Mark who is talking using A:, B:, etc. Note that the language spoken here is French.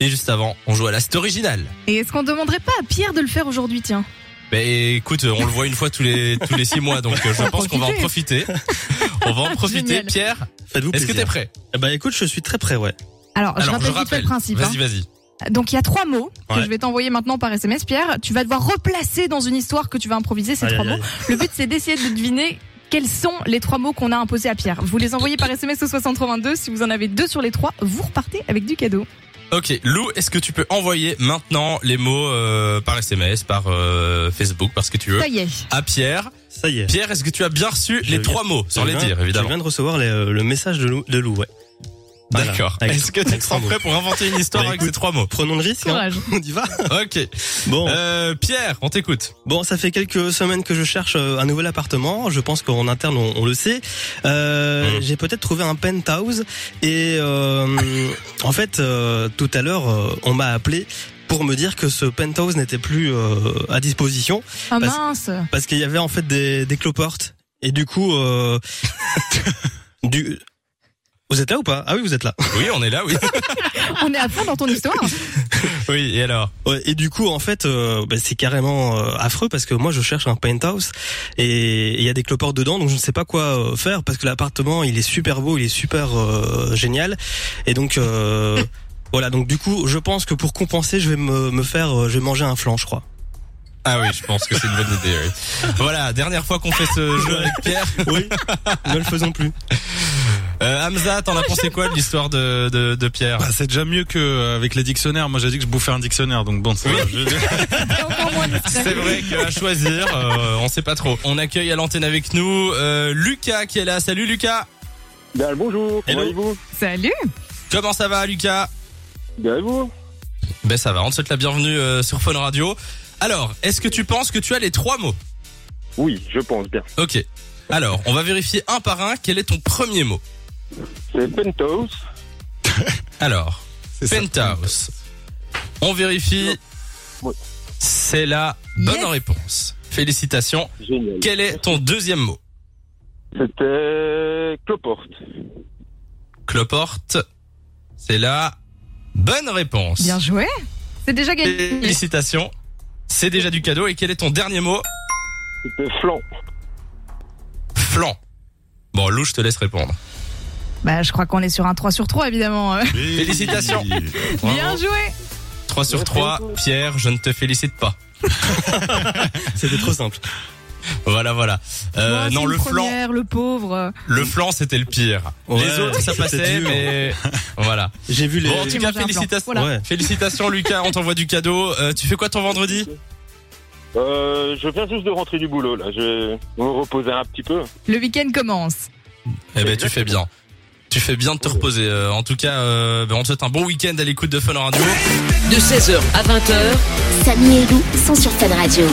A: Et juste avant, on joue à la story originale.
B: Et est-ce qu'on demanderait pas à Pierre de le faire aujourd'hui, tiens
A: Mais écoute, on le voit une fois tous les tous les six mois, donc euh, je
B: va
A: pense qu'on va en profiter. On va en profiter,
B: Génial.
A: Pierre.
C: Faites-vous
A: Est-ce
C: plaisir.
A: que t'es prêt
C: Eh ben, écoute, je suis très prêt, ouais.
B: Alors, je
A: Alors je
B: rappelle vite fait
A: rappelle.
B: le principe.
A: Vas-y, vas-y.
B: hein. Donc, il y a trois mots que
C: Ouais.
B: je vais t'envoyer maintenant par SMS, Pierre. Tu vas devoir replacer dans une histoire que tu vas improviser ces
C: Aïe,
B: trois
C: aïe,
B: mots.
C: aïe.
B: Le but, c'est d'essayer de deviner quels sont les trois mots qu'on a imposés à Pierre. Vous les envoyez par SMS au 682. Si vous en avez deux sur les trois, vous repartez avec du cadeau.
A: Ok, Lou, est-ce que tu peux envoyer maintenant les mots euh, par SMS, par euh, Facebook, par ce que tu veux,
B: Ça y est.
A: à Pierre
C: Ça y est.
A: Pierre, est-ce que tu as bien reçu
C: Je
A: les
C: viens-
A: trois mots, sans
C: Je
A: les
C: viens-
A: dire
C: Je
A: évidemment
C: viens de recevoir les, euh, le message de Lou, de Lou, ouais. Voilà.
A: D'accord.
C: Avec-
A: Est-ce que tu
C: avec
A: te
C: trois
A: sens
C: mots.
A: prêt pour inventer une histoire
C: Bah,
A: avec
C: écoute.
A: ces trois mots
C: Prenons le risque, hein.
B: Courage.
C: on y va.
A: Ok.
C: Bon,
A: Euh, Pierre, on t'écoute.
C: bon, ça fait quelques semaines que je cherche euh, un nouvel appartement. Je pense qu'en interne, on, on le sait. Euh,
A: Mhm.
C: J'ai peut-être trouvé un penthouse. Et euh, en fait, euh, tout à l'heure, euh, on m'a appelé pour me dire que ce penthouse n'était plus euh, à disposition
B: Ah
C: Parce-
B: mince.
C: parce qu'il y avait en fait des, des cloportes. Et du coup, euh, du... vous êtes là ou pas Ah oui, vous êtes là.
A: Oui, on est là, oui.
B: On est à fond dans ton histoire.
A: oui, et alors
C: Ouais, et du coup, en fait, euh, bah, c'est carrément euh, affreux parce que moi, je cherche un penthouse et il y a des cloportes dedans, donc je ne sais pas quoi euh, faire parce que l'appartement, il est super beau, il est super euh, génial, et donc euh, voilà. Donc du coup, je pense que pour compenser, je vais me, me faire, euh, je vais manger un flan, je crois.
A: Ah oui, je pense que c'est une bonne idée. oui. Voilà, dernière fois qu'on fait ce jeu avec Pierre.
C: Oui, ne le faisons plus.
A: Euh, Hamza, t'en as pensé quoi de l'histoire de, de, de Pierre
D: Bah, c'est déjà mieux que euh, avec les dictionnaires. Moi, j'ai dit que je bouffais un dictionnaire, donc bon. c'est-
B: C'est encore moins discret.
A: C'est vrai qu'à choisir, euh, on sait pas trop. On accueille à l'antenne avec nous euh, Lucas qui est là. Salut Lucas
E: Bien, le bonjour,
A: Hello.
E: comment allez-vous
B: Salut.
A: Comment ça va Lucas
E: Bien et vous
A: Ben ça va, on te souhaite la bienvenue euh, sur Fun Radio. Alors, est-ce que tu penses que tu as les trois mots
E: Oui, je pense bien.
A: Ok. Alors, on va vérifier un par un quel est ton premier mot.
E: C'est Penthouse,
A: Alors,
D: c'est ça.
A: Penthouse. On vérifie.
E: Oui.
A: C'est la bonne
B: Yes.
A: réponse. Félicitations.
E: génial.
A: Quel est ton deuxième mot
E: C'était Cloporte.
A: Cloporte. C'est la bonne réponse.
B: Bien joué. C'est déjà gagné.
A: Félicitations. C'est déjà du cadeau. Et quel est ton dernier mot
E: C'était Flan.
A: Flan. Bon, Lou, je te laisse répondre.
B: Bah, je crois qu'on est sur un 3 sur 3, évidemment. euh.
A: Félicitations. Bravo.
B: Bien joué.
A: 3 sur
E: Merci
A: 3.
E: beaucoup.
A: Pierre, je ne te félicite pas.
C: C'était trop simple.
A: Voilà, voilà. Euh, non,
B: Moi, c'est une
A: le flan,
B: première, le pauvre.
A: le flan, c'était le pire. Les
C: Ouais,
A: autres, ça
C: c'était
A: passait,
C: dur.
A: mais voilà.
C: J'ai vu les.
A: Bon, en
B: J'ai
A: tout cas,
B: mangé un flan.
A: félicitations.
B: Voilà.
C: Ouais.
A: Félicitations Lucas, on t'envoie du cadeau. Euh, tu fais quoi ton vendredi
E: Euh, je viens juste de rentrer du boulot, là. Je vais me reposer un petit peu.
B: Le week-end commence.
A: Eh ben tu fais bien. Tu fais bien de te reposer. Euh, en tout cas, euh, ben, on te souhaite un bon week-end à l'écoute de Fun Radio.
F: De 16h à 20h,
G: Samy et Lou sont sur Fan Radio.